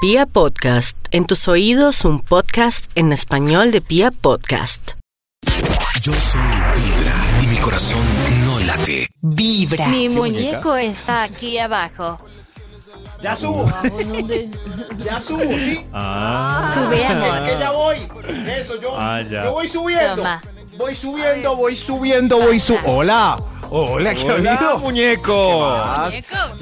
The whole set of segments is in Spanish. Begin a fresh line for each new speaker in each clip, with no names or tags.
Pia Podcast, en tus oídos un podcast en español de Pia Podcast.
Yo soy Vibra y mi corazón no late.
Vibra.
Ah,
Mi muñeco está aquí abajo.
Ya subo. Ya subo, sí.
Ah,
Sube amor.
Que ya voy. Eso, yo,
Ah, ya.
yo voy subiendo.
Toma.
Voy subiendo, voy subiendo, voy subiendo. Hola. Hola, qué
hola,
bonito.
muñeco.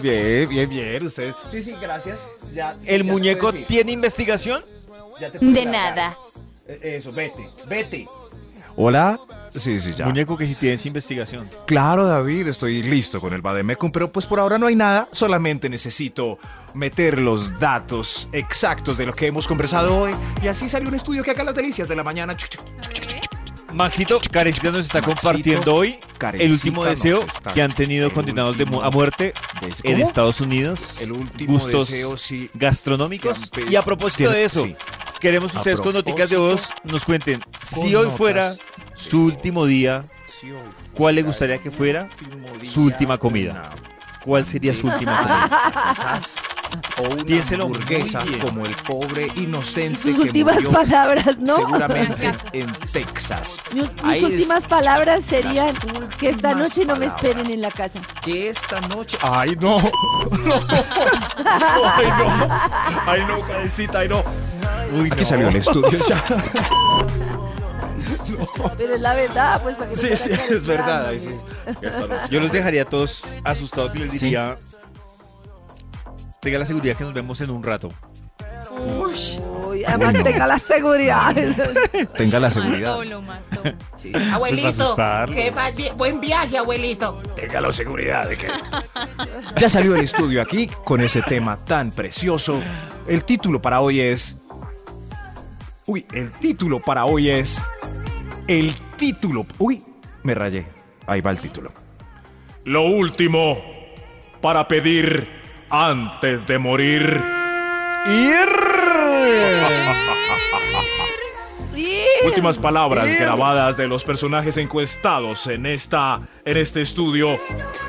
Bien, bien, bien. Ustedes. Sí, sí, gracias. Ya, sí,
¿El
ya
muñeco
te puedes ir.
tiene investigación?
Ya te puedes
De
largar.
nada.
Eh, Eso, vete, vete.
Hola. Sí, sí, ya.
Muñeco que si tienes investigación.
Claro, David, estoy listo con el Bademecum, pero pues por ahora no hay nada. Solamente necesito meter los datos exactos de lo que hemos conversado hoy. Y así salió un estudio que acá las delicias de la mañana. Chuc, chuc.
Maxito, Carecita nos está
Maxito,
compartiendo hoy
Karencita
el último
nos
deseo
está-
que han tenido
el
condenados de mu-
último
a muerte
deseo.
en
¿Cómo?
Estados Unidos.
El último
gustos
deseo, sí.
gastronómicos.
Que han pe-
Y a propósito de eso,
Sí.
queremos que
A
ustedes con noticas de voz
propósito,
nos cuenten si
con
hoy
notas
fuera
de
su último día, ¿cuál le gustaría que fuera su última comida? ¿Cuál sería su última comida?
Quizás o una
Piénselo muy
hamburguesa
bien.
como el pobre
Y
inocente
sus
que
últimas
murió
palabras, ¿no?
seguramente en Texas.
Mi- Mis,
Ahí
últimas palabras serían
últimas
que esta noche no me
palabras.
esperen en la casa.
que esta noche. ¡Ay, no! ¡Ay, no! ¡Ay, no, cabecita! ¡Ay, no! Uy, que salió el estudio ya.
Pero es la verdad, pues para que no
sí,
te
sí,
hagan
es verdad.
reclamo,
ahí sí.
güey.
Yo los dejaría a todos asustados y les diría, tenga la seguridad que nos vemos en un rato.
Uy, además tenga la seguridad.
Tenga la seguridad.
Abuelito,
asustarlos.
que va bien- buen viaje, abuelito.
Tenga la seguridad de que. Ya salió el estudio aquí con ese tema tan precioso. El título para hoy es. Uy, el título para hoy es. El título. Uy, me rayé. Ahí va el título.
Lo último para pedir antes de morir. Últimas palabras grabadas de los personajes encuestados en esta en este estudio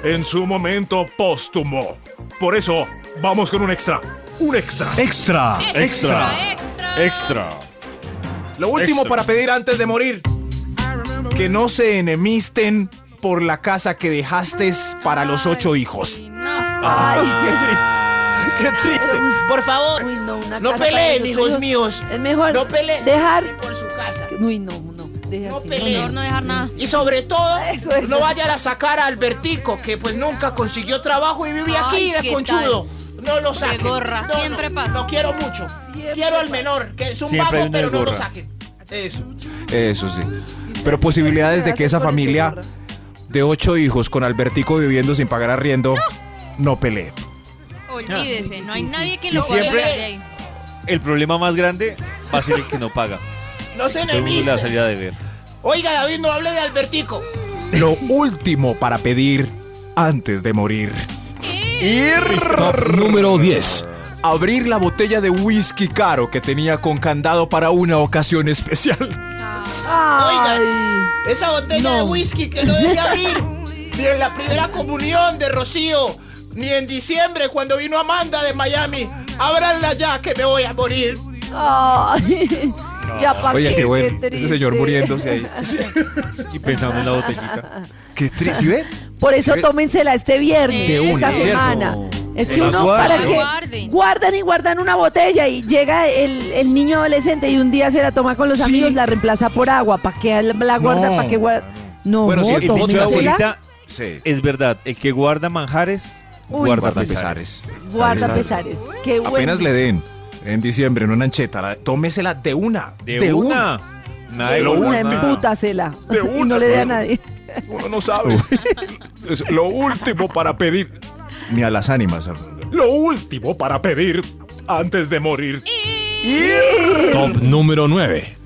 en su momento póstumo. Por eso vamos con un extra, un extra.
Extra.
Extra. Extra.
Lo último
Extra.
para pedir antes de morir. Que no se enemisten por la casa que dejaste para los ocho hijos. Ay, qué triste. Qué triste.
Por favor,
Uy, no, una
no
carta de
peleen,
los
hijos
suyos.
míos.
Es mejor
No peleen.
dejar.
Por su casa.
Uy, no, no. Deja
No
así,
peleen.
dejar nada.
Y sobre todo,
Eso, eso.
no vayan a sacar a Albertico, que pues nunca consiguió trabajo y vive aquí
Ay,
de
¿qué
conchudo. No lo saquen.
gorra,
No, no,
siempre pasa.
Lo quiero mucho.
Siempre
quiero al
pasa.
menor, que es un
Siempre hay
vago,
una de
pero no lo
gorra.
saquen. Eso.
Eso sí. Pero
Entonces,
posibilidades de
¿qué
que esa
haces con ese
familia
gorro?
de ocho hijos con Albertico viviendo sin pagar arriendo no pelee.
Olvídese, no hay nadie que
Y
lo vaya a
siempre-
sacar de ahí.
El problema más grande va a ser el que no paga.
No se
Todo el mundo le va a
enemisten.
salir a deber.
Oiga, David, no hable de Albertico.
Lo último para pedir antes de morir.
número 10.
Abrir la botella de whisky caro que tenía con candado para una ocasión especial.
Ay,
Esa botella de whisky que no debe abrir ni en la primera comunión de Rocío, ni en diciembre cuando vino Amanda de Miami. Ábranla ya que me voy a morir.
ay. Ya para
Oye,
qué,
qué bueno. Ese
triste.
señor muriéndose ahí.
Y pensando en la botellita.
Qué triste. ¿Ve?
Por eso
Sí.
tómensela este viernes,
De una,
esta
¿cierto?
semana. Es que
Pero
uno
guarden.
para que
Guarden.
guardan y guardan una botella y llega el, el niño adolescente y un día se la toma con los
Sí.
amigos, la reemplaza por agua, ¿para qué la guarda?
No.
¿Para qué guarda? No,
Bueno, sí,
no,
el
El
Todo
dicho de
mundo
tómensela,
así.
abuelita
Sí.
es verdad. El que guarda manjares,
Uy,
guarda
sí.
pesares.
pesares.
guarda
Ahí está.
pesares. Qué bueno.
Apenas le den en diciembre en una ancheta, la- tómesela de una.
De, una. Nada
De
de
una,
guardar nada.
empútasela.
De
y
una,
no le dé a
pero-
nadie.
Uno no sabe. Es lo último para pedir,
Ni a las ánimas.
lo último para pedir antes de morir.
Top número 9.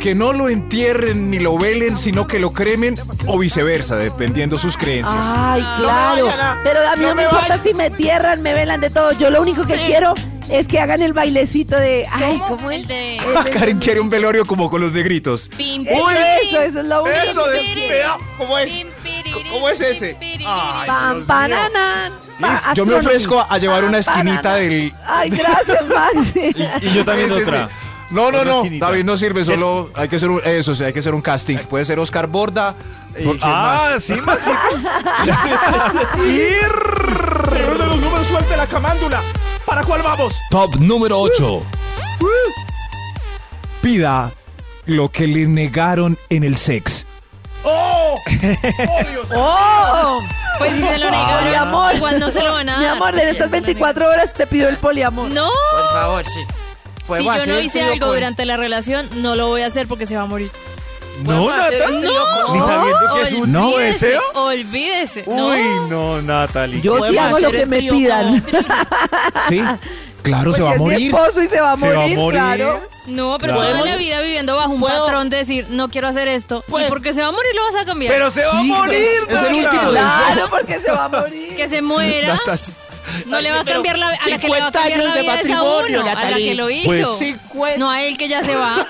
Que no lo entierren ni lo velen, sino que lo cremen o viceversa, dependiendo sus creencias.
Ay,
me
claro.
vayan a-
Pero a mí
no
no, me
me
importa
vayan.
si me tierran, me velan de todo. Yo lo único que
Sí.
quiero es que hagan el bailecito de. Ay, ¿cómo es?
El de
Ah, Karen quiere un velorio como con los de gritos.
pim,
Eso, eso, eso es lo único.
Eso
que
es-
quiero.
vea
¿Cómo
Pim, piri,
¿Cómo es ese?
Ay,
Pam, pananan. pa-
Listo, Yo me
astronomy.
ofrezco a llevar una esquinita
Banana.
del.
Ay, gracias, Maxi.
Y yo también
Sí, sí,
otra.
sí. No, no,
Una
no.
esquinita. Eh.
David no sirve, solo hay que ser un, eso, sí, hay que ser un casting. Puede ser Oscar Borda. y quién
ah,
más.
sí, Maxito.
Señor de los números, suelte la camándula. ¿Para cuál vamos?
Top número 8.
Pida lo que le negaron en el sex.
¡Oh! ¡Oh, Dios!
Oh,
Pues si se lo negaron.
mi amor.
Igual no pues se lo van a dar.
mi amor, en estas 24 horas te pido el poliamor.
No.
Por favor, sí.
Si
Podemos
yo
hacer
no
el
hice
trío
algo
con-
durante la relación, no lo voy a hacer porque se va a morir.
No,
Podemos hacer un
Natalie.
trío con-
Oh,
Ni sabiendo que es un
Olvídese,
no deseo.
Olvídese. No.
Uy, no,
Mm,
Natalie.
Yo sí
Podemos
hago lo
hacer
que
el
me
trío
pidan.
con-
Sí, claro,
Pues
Porque
se va a
es mi
morir.
esposo y se va a
Se va a
morir,
morir.
claro.
No, pero
Claro.
toda la vida viviendo bajo un
¿Puedo?
patrón de decir, no quiero hacer esto.
¿Puedo?
Y porque se va a morir, lo vas a cambiar.
Pero se va a
Sí,
morir.
es el
Natalie.
último Ah, de-
Claro, porque se va a
que
morir.
se muera.
Natas-
No le va a
Pero
cambiar la a la que le va a
50
cambiar la
años de
vida es a
matrimonio,
uno, a la
Natalie.
que lo hizo.
Pues
No a él que ya se va.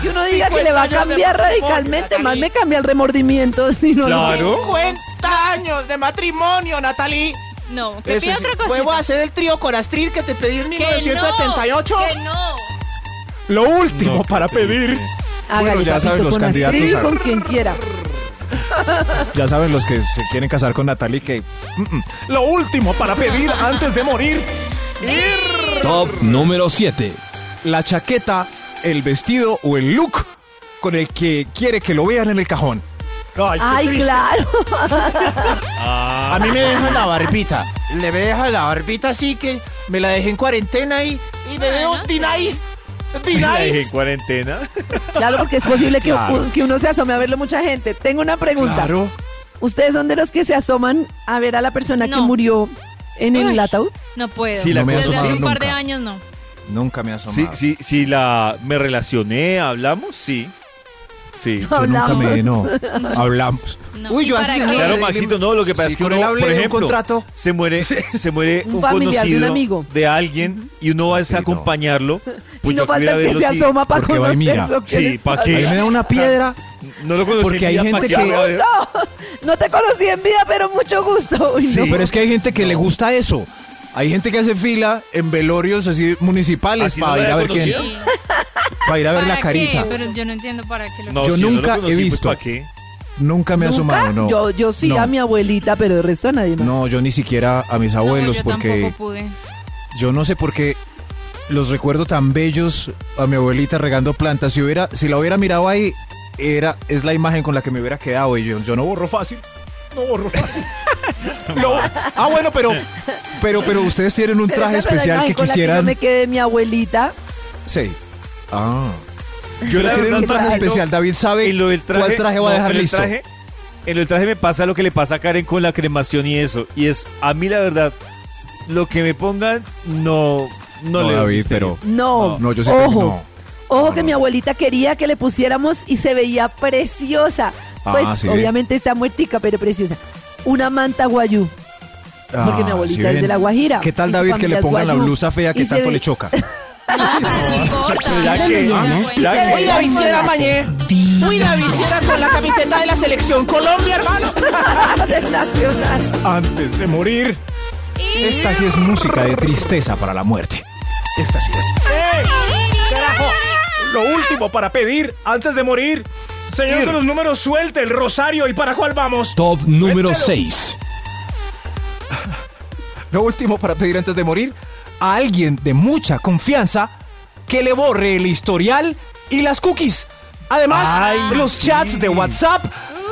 Que uno diga que le va a
50 años de
cambiar
matrimonio,
radicalmente, más
Natalie.
me cambia el remordimiento. Si no, no.
Claro.
50 años de matrimonio, Natalie.
No, que
Eso
pida
sí.
otra cosa.
¿Puedo hacer el trío con Astrid que te pedí en
Que
1978?
no, que no.
Lo último
No, qué
para pedir.
Hágale,
Bueno, ya
papito,
saben los
con Astrid,
candidatos a-
con quien quiera.
Ya saben los que se quieren casar con Natalie que mm,
Lo último para pedir antes de morir.
Top número 7.
la chaqueta, el vestido o el look con el que quiere que lo vean en el cajón.
Ay, qué
Ay,
triste.
claro.
A mí me dejan la barbita. Le dejan la barbita así que me la dejé en cuarentena y,
Y me veo
Bueno,
Dinais.
La dejé en
Dinais.
cuarentena.
Claro, porque es posible que, que uno se asome a verlo mucha gente. Tengo una pregunta. ¿Ustedes son de los que se asoman a ver a la persona que
No.
murió en el
Uy.
ataúd?
No puedo.
Sí, la
me he
Desde hace
asomado
un par
nunca.
de años no.
Nunca me ha
Sí,
asomado.
sí, sí, la me relacioné, hablamos, sí. Sí.
Yo nunca
Hablamos.
me no. Hablamos.
No. ¿Y para qué?
Claro, Maxito, no, lo que pasa
Sí,
es que
con
uno,
él hablé
por
de un
ejemplo,
contrato.
se muere, se muere
Un
un,
familiar de un
conocido
amigo.
de alguien y uno va a
Sí, no.
acompañarlo.
Y
Pues
no
yo que
falta
hubiera
el que
verlo,
se
sí.
asoma para
porque va
conocer
y mira.
lo que
Sí,
les
¿pa'
pasa.
qué?
Ahí me da una piedra.
No lo conocí.
Porque
en
hay
vida,
gente
¿para qué
que-
lo voy a ver?
No te conocí en vida, pero mucho gusto. Uy,
Sí,
no.
pero es que hay gente que le gusta eso. Hay gente que hace fila en velorios así municipales
Así no
para
la
ir a ver
reconocía.
quién,
Sí.
para ir a ver
¿Para
la carita.
Qué? Pero yo no entiendo para qué lo
No,
Yo
si no lo
nunca he
conocí, pues,
visto.
¿para qué?
Nunca me ha asomado, no.
Yo, yo sí
No.
a mi abuelita, pero el resto a nadie más.
No, yo ni siquiera a mis abuelos
no, yo
porque
tampoco pude.
pues.
yo no sé por qué los recuerdo tan bellos a mi abuelita regando plantas. Si hubiera, si la hubiera mirado ahí, era, es la imagen con la que me hubiera quedado y yo, yo no borro fácil. No borro fácil. No. ah, bueno, pero, pero, pero ustedes tienen un
Pero
traje
esa fue la
especial
imagen
que
con la yo
quisieran.
me quedé mi abuelita.
Sí. Ah.
Yo la
Tienen
verdad,
un traje
Maxito,
especial. David sabe
en lo del traje,
cuál traje va a
no,
dejar
en el
listo.
traje- en lo del traje me pasa lo que le pasa a Karen con la cremación y eso. Y es, a mí la verdad, lo que me pongan, no, no, le doy misterio.
No.
No, yo siempre
Ojo.
no.
Ojo que mi abuelita quería que le pusiéramos y se veía preciosa.
Ah,
Pues
sí.
obviamente está muertica, pero preciosa. Una manta guayú, porque
Ah,
mi abuelita
sí,
es
bien.
de La Guajira.
¿Qué
y
tal,
su
David, que le
familia es
pongan la
guayú?
blusa fea que
Y se
tanto
ve-
le choca?
No importa.
Ya que-
No,
ah,
no,
¿no?
no.
Ya que-
Uy, David Sierra Mañé. Uy, David Sierra con la camiseta de la selección Colombia, hermano.
del Nacional.
Antes de morir.
Y-
Esta sí es música de tristeza para la muerte. Esta sí es.
Lo último para pedir antes de morir.
Señor de los números, suelte el rosario. ¿Y para cuál vamos?
Top número 6.
Lo último para pedir antes de morir a alguien de mucha confianza que le borre el historial y las cookies. Además, los chats de WhatsApp,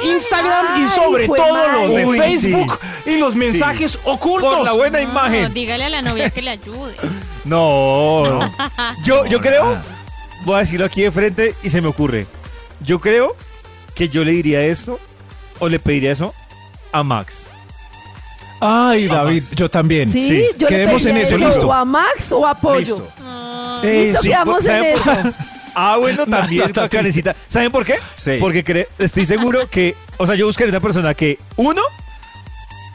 Instagram y
ay,
sobre
jue
todo
madre.
los de
Uy,
Facebook y los mensajes ocultos.
Por la buena
No,
imagen.
dígale a la novia que le ayude.
Eh,
No. Yo, yo creo, voy a decirlo aquí de frente y se me ocurre. Yo creo que yo le diría eso o le pediría eso a Max.
Ay, David, yo también.
Sí,
Sí,
yo le
quedemos en
pedí
eso, listo.
O a Max o a Pollo.
Listo.
ah, Ay,
Eh,
Listo,
sí.
quedamos en
¿saben por-
eso.
Ah, bueno, también,
Nata,
Karencita. ¿Saben por qué?
Sí.
Porque cre- estoy seguro que, o sea, yo buscaría una persona que, uno,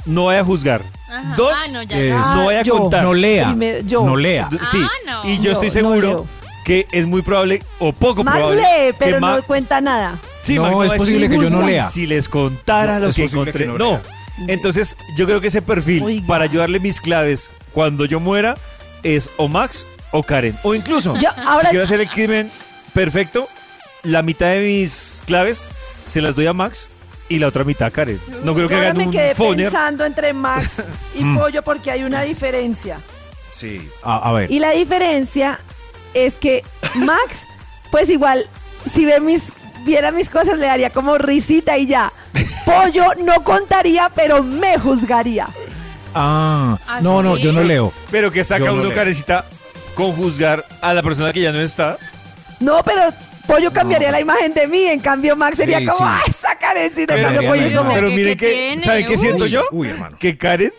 no vaya a juzgar.
ajá.
Dos,
Ah, no, ya.
eh,
no
Ah,
vaya a
yo.
contar.
No lea.
Primer- yo.
No lea.
D- Eh, Sí.
Ah, no.
Y yo
No,
estoy
no
seguro
leo.
que es muy probable o poco
Max
probable
lee,
que
pero
Ma-
no cuenta nada.
Sí,
No,
Marco,
es posible que yo no lea.
Si les contara
No,
lo
es
que
posible
encontré.
que no
no. Entonces, yo creo que ese perfil
Oiga.
para ayudarle mis claves cuando yo muera es o Max o Karen. O incluso,
Yo, ahora-
si quiero hacer el crimen perfecto, la mitad de mis claves se las doy a Max y la otra mitad a Karen. No creo que
Yo ahora
hagan
me
un
quedé
foner.
pensando entre Max y Pollo porque hay una diferencia.
Sí. A, a ver.
Y la diferencia es que Max, pues igual, si ve mis, viera mis cosas, le daría como risita y ya. Pollo no contaría, pero me juzgaría.
Ah,
Así
no, no, yo no
es.
leo.
Pero que saca
Yo no
uno
leo.
carecita con juzgar a la persona que ya no está.
No, pero Pollo cambiaría la imagen de mí. En cambio, Max sería
Sí,
como,
sí.
¡ay, esa carecita!
Pero,
Cambiaría
tan
la
oye,
imagen.
no,
O sea,
pero
¿qué-
miren
qué
que,
tiene?
¿saben qué
Uy.
siento yo?
Uy, hermano.
que Karen,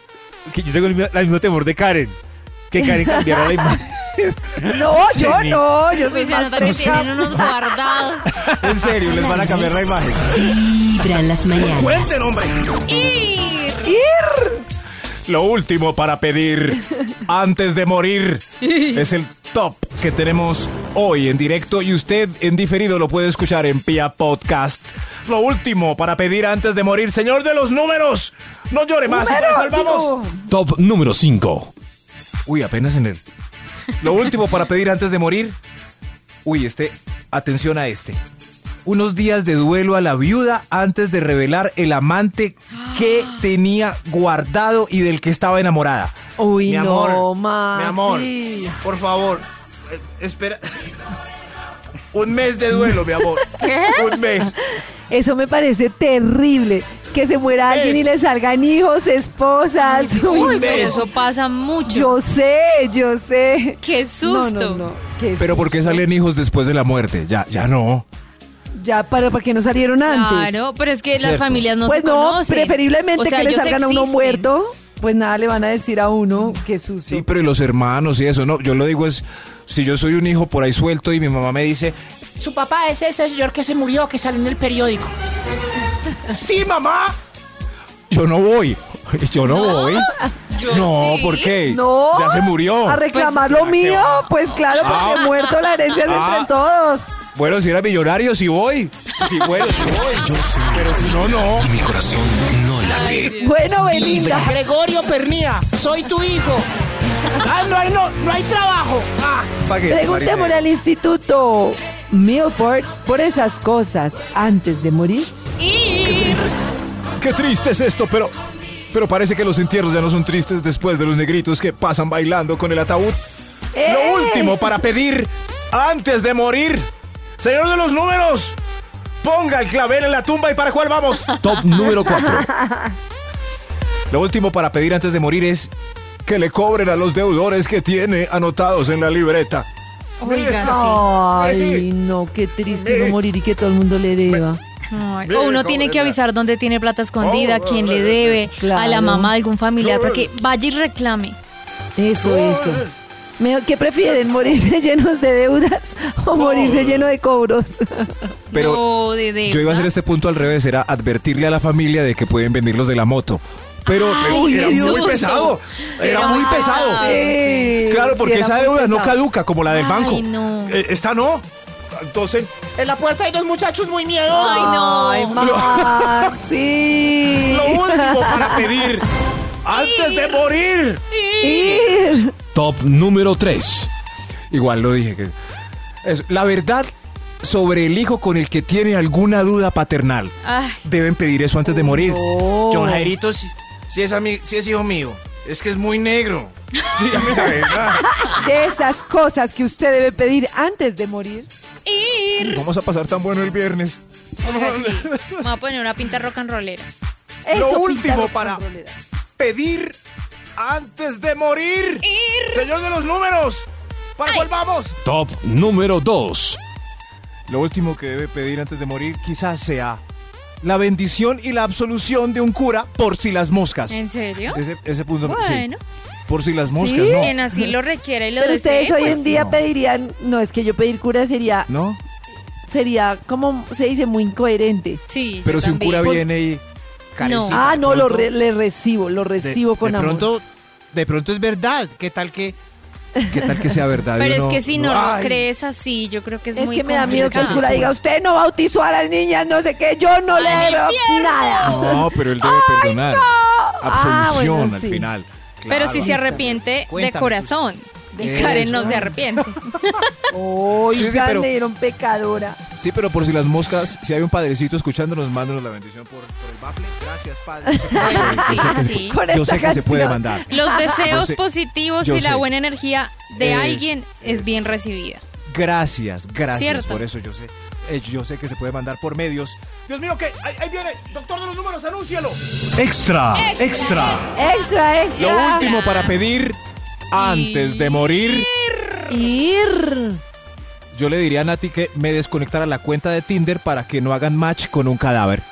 que yo tengo el mismo, el mismo temor de Karen, que Karen cambiara la imagen.
No, yo
Sí.
no, yo soy
Pues se
más
nota que
fresca.
tienen unos guardados.
En serio, les van a cambiar la imagen.
Vibra en las mañanas.
Y
Lo último para pedir antes de morir es el top que tenemos hoy en directo y usted en diferido lo puede escuchar en Pia Podcast. Lo último para pedir antes de morir, señor de los números. No llore más. vamos.
Pero, digo,
Top número 5.
Uy, apenas en el. Lo último para pedir antes de morir. Uy, este. Atención a este. Unos días de duelo a la viuda antes de revelar el amante que tenía guardado y del que estaba enamorada.
Uy,
Mi
no,
amor,
Max.
mi amor.
sí.
Por favor, eh, espera. Un mes de duelo, mi amor. Un mes.
Eso me parece terrible. Que se muera alguien y
¿Ves?
le salgan hijos, esposas.
uy,
Uy,
pero
no.
eso pasa mucho.
Yo sé, yo sé.
Qué
No,
susto.
no, no. qué
Pero ¿por qué
susto.
salen hijos después de la muerte? Ya, ya no.
Ya, para, ¿para qué no salieron antes?
Claro, pero es que las
Cierto.
familias no
pues
se
no,
conocen.
preferiblemente
O sea,
que le
ellos
salgan a uno
existen.
muerto. Pues nada, le van a decir a uno qué susto.
Sí, pero ¿y los hermanos y eso, no. Yo lo digo es. Si yo soy un hijo por ahí suelto y mi mamá me dice,
Su papá es ese señor que se murió, que salió en el periódico.
Sí, mamá.
yo no voy. Yo no, voy.
yo
no,
sí.
¿por qué?
No.
Ya se murió.
A reclamar lo mío, pues claro, porque muerto la herencia es
Ah.
entre todos.
Bueno, si era millonario, si voy. Si bueno, si voy. Pero si no, no.
Mi corazón no late.
Bueno, Belinda.
Gregorio Pernía, soy tu hijo.
Ah, no hay, no, no hay trabajo. Ah,
¿Para qué?
Preguntémosle al instituto Milford por esas cosas antes de morir.
Y
Qué triste es esto, pero. Pero parece que los entierros ya no son tristes después de los negritos que pasan bailando con el ataúd.
¡Eh!
Lo último para pedir antes de morir. Señor de los números, ponga el clavel en la tumba y para cuál vamos.
Top número 4.
Lo último para pedir antes de morir es que le cobren a los deudores que tiene anotados en la libreta.
oiga, sí.
Ay, no, qué triste no morir y que todo el mundo le deba.
Ay, O uno tiene que avisar dónde tiene plata escondida, a quién le debe, a la
Claro.
mamá de algún familiar, para que vaya y reclame.
Eso, eso. Me- ¿Qué prefieren, morirse llenos de deudas o morirse lleno de cobros?
Pero
No, de deuda.
yo iba a hacer este punto al revés, era advertirle a la familia de que pueden venir los de la moto. Pero
Ay,
era
qué
muy
susto.
pesado. Era
Será
muy pesado.
pesado. sí.
Claro,
Sí,
porque
era
esa
muy
deuda no
pesado.
caduca como la del
Ay,
banco.
no.
Eh, Esta no. Entonces,
en la puerta hay dos muchachos muy miedosos.
Ay, no.
Ay, Max, sí.
Lo último para pedir antes de morir.
Ir.
Top número 3.
igual lo dije. Que Eso, La verdad sobre el hijo con el que tiene alguna duda paternal.
Ay.
Deben pedir eso antes de morir.
No.
John Jairito, si, si es ami- si es hijo mío, es que es muy negro.
De esas cosas que usted debe pedir antes de morir.
Ir.
Vamos a pasar tan bueno el viernes.
Oiga, sí. Me voy a poner una pinta rock and rollera.
Eso
Lo
pinta
último
rock
para-
and rollera.
Pedir antes de morir.
Ir.
Señor de los números. ¿Para cuál vamos?
Top número 2.
Lo último que debe pedir antes de morir quizás sea la bendición y la absolución de un cura por si las moscas.
¿En serio?
Ese, ese punto, sí.
Bueno,
Por si las moscas,
Sí.
no.
quien así lo requiera y lo
Pero
desee,
ustedes hoy
pues,
en día
no.
pedirían, no, es que yo pedir cura sería,
¿No?
sería, como se dice, muy incoherente.
pues Sí, yo
Pero si un
también.
cura viene y...
No.
ah, no, lo re- le recibo, lo recibo con
de
amor.
pronto-
de pronto es verdad. ¿Qué tal que
¿Qué tal que sea verdad?
Pero
Y
es
uno-
que si no lo
¡Ay!
crees así, yo creo que es,
Es
muy
que me da miedo que el
complicado.
cura diga, usted no bautizó a las niñas, no sé qué, yo no le
¡Al
creo
infierno!
nada. Ah,
No, pero él debe perdonar.
Ah,
Absolución
bueno,
al
sí.
final.
Pero
Claro. pues.
si se arrepiente de
Cuéntame,
corazón. De Karen no se arrepiente.
Uy,
Sí, sí,
ya
pero-
me dieron pecadora.
Sí, pero por si las moscas, si hay un padrecito escuchándonos, mándanos la bendición por, por el baffle. Gracias, padre.
Sí, sí.
Con
Yo
esta
sé que se puede
canción.
mandar.
Los deseos
sé,
positivos
yo
y la
sé.
buena energía de
Es-
alguien es bien recibida.
Gracias, gracias
Cierto.
por eso. Yo sé, eh, yo sé que se puede mandar por medios.
Dios mío, que ahí, ahí viene. Doctor de los números, anúncialo.
Extra, extra.
Extra, extra.
Lo último para pedir antes de morir.
Ir.
Yo le diría a Nati que me desconectara la cuenta de Tinder para que no hagan match con un cadáver.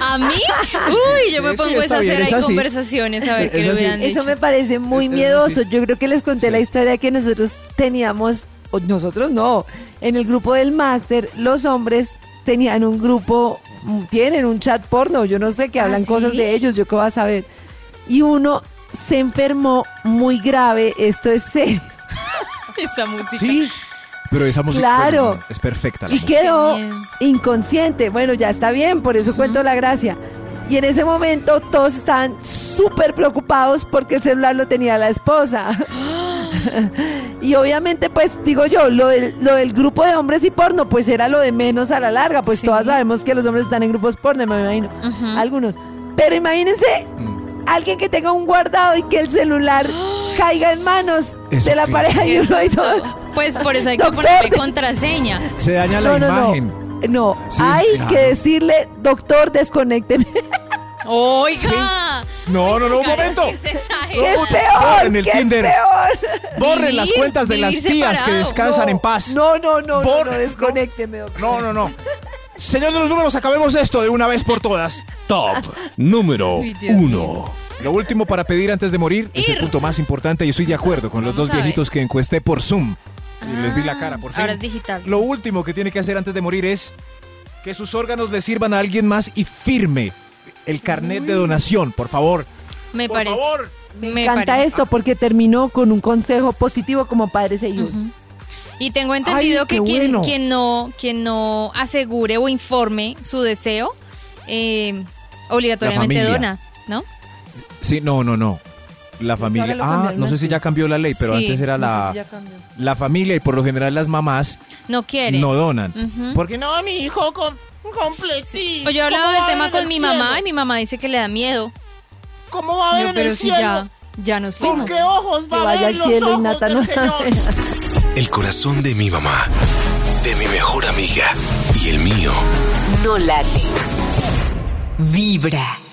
¿A mí? Uy, yo me
sí,
pongo
está
a
bien,
hacer
es
ahí
así.
conversaciones a ver qué
Es
le
así.
hubieran dicho.
Eso me parece muy
Es- es
miedoso.
decir-
Yo creo que les conté la historia que nosotros teníamos, o nosotros no, en el grupo del máster, los hombres tenían un grupo, mm, tienen un chat porno, yo no sé, que
¿Ah,
hablan
sí?
cosas de ellos, yo qué voy a saber. Y uno se enfermó muy grave, esto es serio.
Esa música.
Sí, pero esa música
Claro.
bueno, es perfecta. La
Y
música.
quedó
Qué miedo.
inconsciente. Bueno, ya está bien, por eso cuento la gracia. Y en ese momento todos estaban súper preocupados porque el celular lo tenía la esposa. y obviamente, pues digo yo, lo del, lo del grupo de hombres y porno, pues era lo de menos a la larga, pues
Sí.
todas sabemos que los hombres están en grupos porno, me imagino.
Ujú.
Algunos. Pero imagínense
Mm.
alguien que tenga un guardado y que el celular caiga en manos
Eso
de la
qué-
pareja y
Qué
uno y
susto.
todo.
Pues por eso hay que
Doctor.
ponerle contraseña.
Se daña la imagen.
No, no.
Sí,
hay
claro.
que decirle, doctor, desconécteme.
Oiga.
No, no, no, un
Karen,
momento. pues,
sí se exagera.
¿Qué es peor?
en el
¿Qué
Tinder.
es peor?
Borren las
Vivir,
cuentas de las
vivir
tías que
separado.
descansan
No,
en paz.
No, no, no, no,
Por-
no, desconécteme, doctor.
No, no, no. Señor de los números, acabemos esto de una vez por todas.
Top número
Uy, Dios mío.
uno.
Lo último para pedir antes de morir es el
Ir.
punto más importante y estoy de acuerdo con los
Vamos
dos
a ver.
viejitos que encuesté por Zoom. Y les vi la
Ah,
cara, por fin.
Ahora es digital.
Lo último que tiene que hacer antes de morir es que sus órganos le sirvan a alguien más y firme el carnet de donación, por favor.
Me
Por
parece.
favor.
Me,
Me encanta
parece.
esto porque terminó con un consejo positivo como padres e hijos.
Ujú. Y tengo entendido
Ay,
que
qué
quien,
bueno.
quien no, quien no asegure o informe su deseo, eh, obligatoriamente
La familia.
dona, ¿no?
Sí, no, no, no. La
Pues
familia.
lo
Ah,
cambiaron
no sé
así.
si ya cambió la ley, pero
Sí,
antes era la, la familia y por lo general las mamás
No quiere.
no donan. Porque
Ujú.
Porque no, mi hijo con completito.
O yo he hablado del tema con mi mamá y
y
mi mamá dice que le da miedo.
¿Cómo va a
Yo,
ver en
pero
el
si
cielo?
ya, ya nos
¿Con
fuimos.
qué ojos
Que
va a
vaya
ver
al
los
cielo y
ojos
Nata
del
no
Señor?
El corazón de mi mamá, de mi mejor amiga y el mío.
No late. Vibra.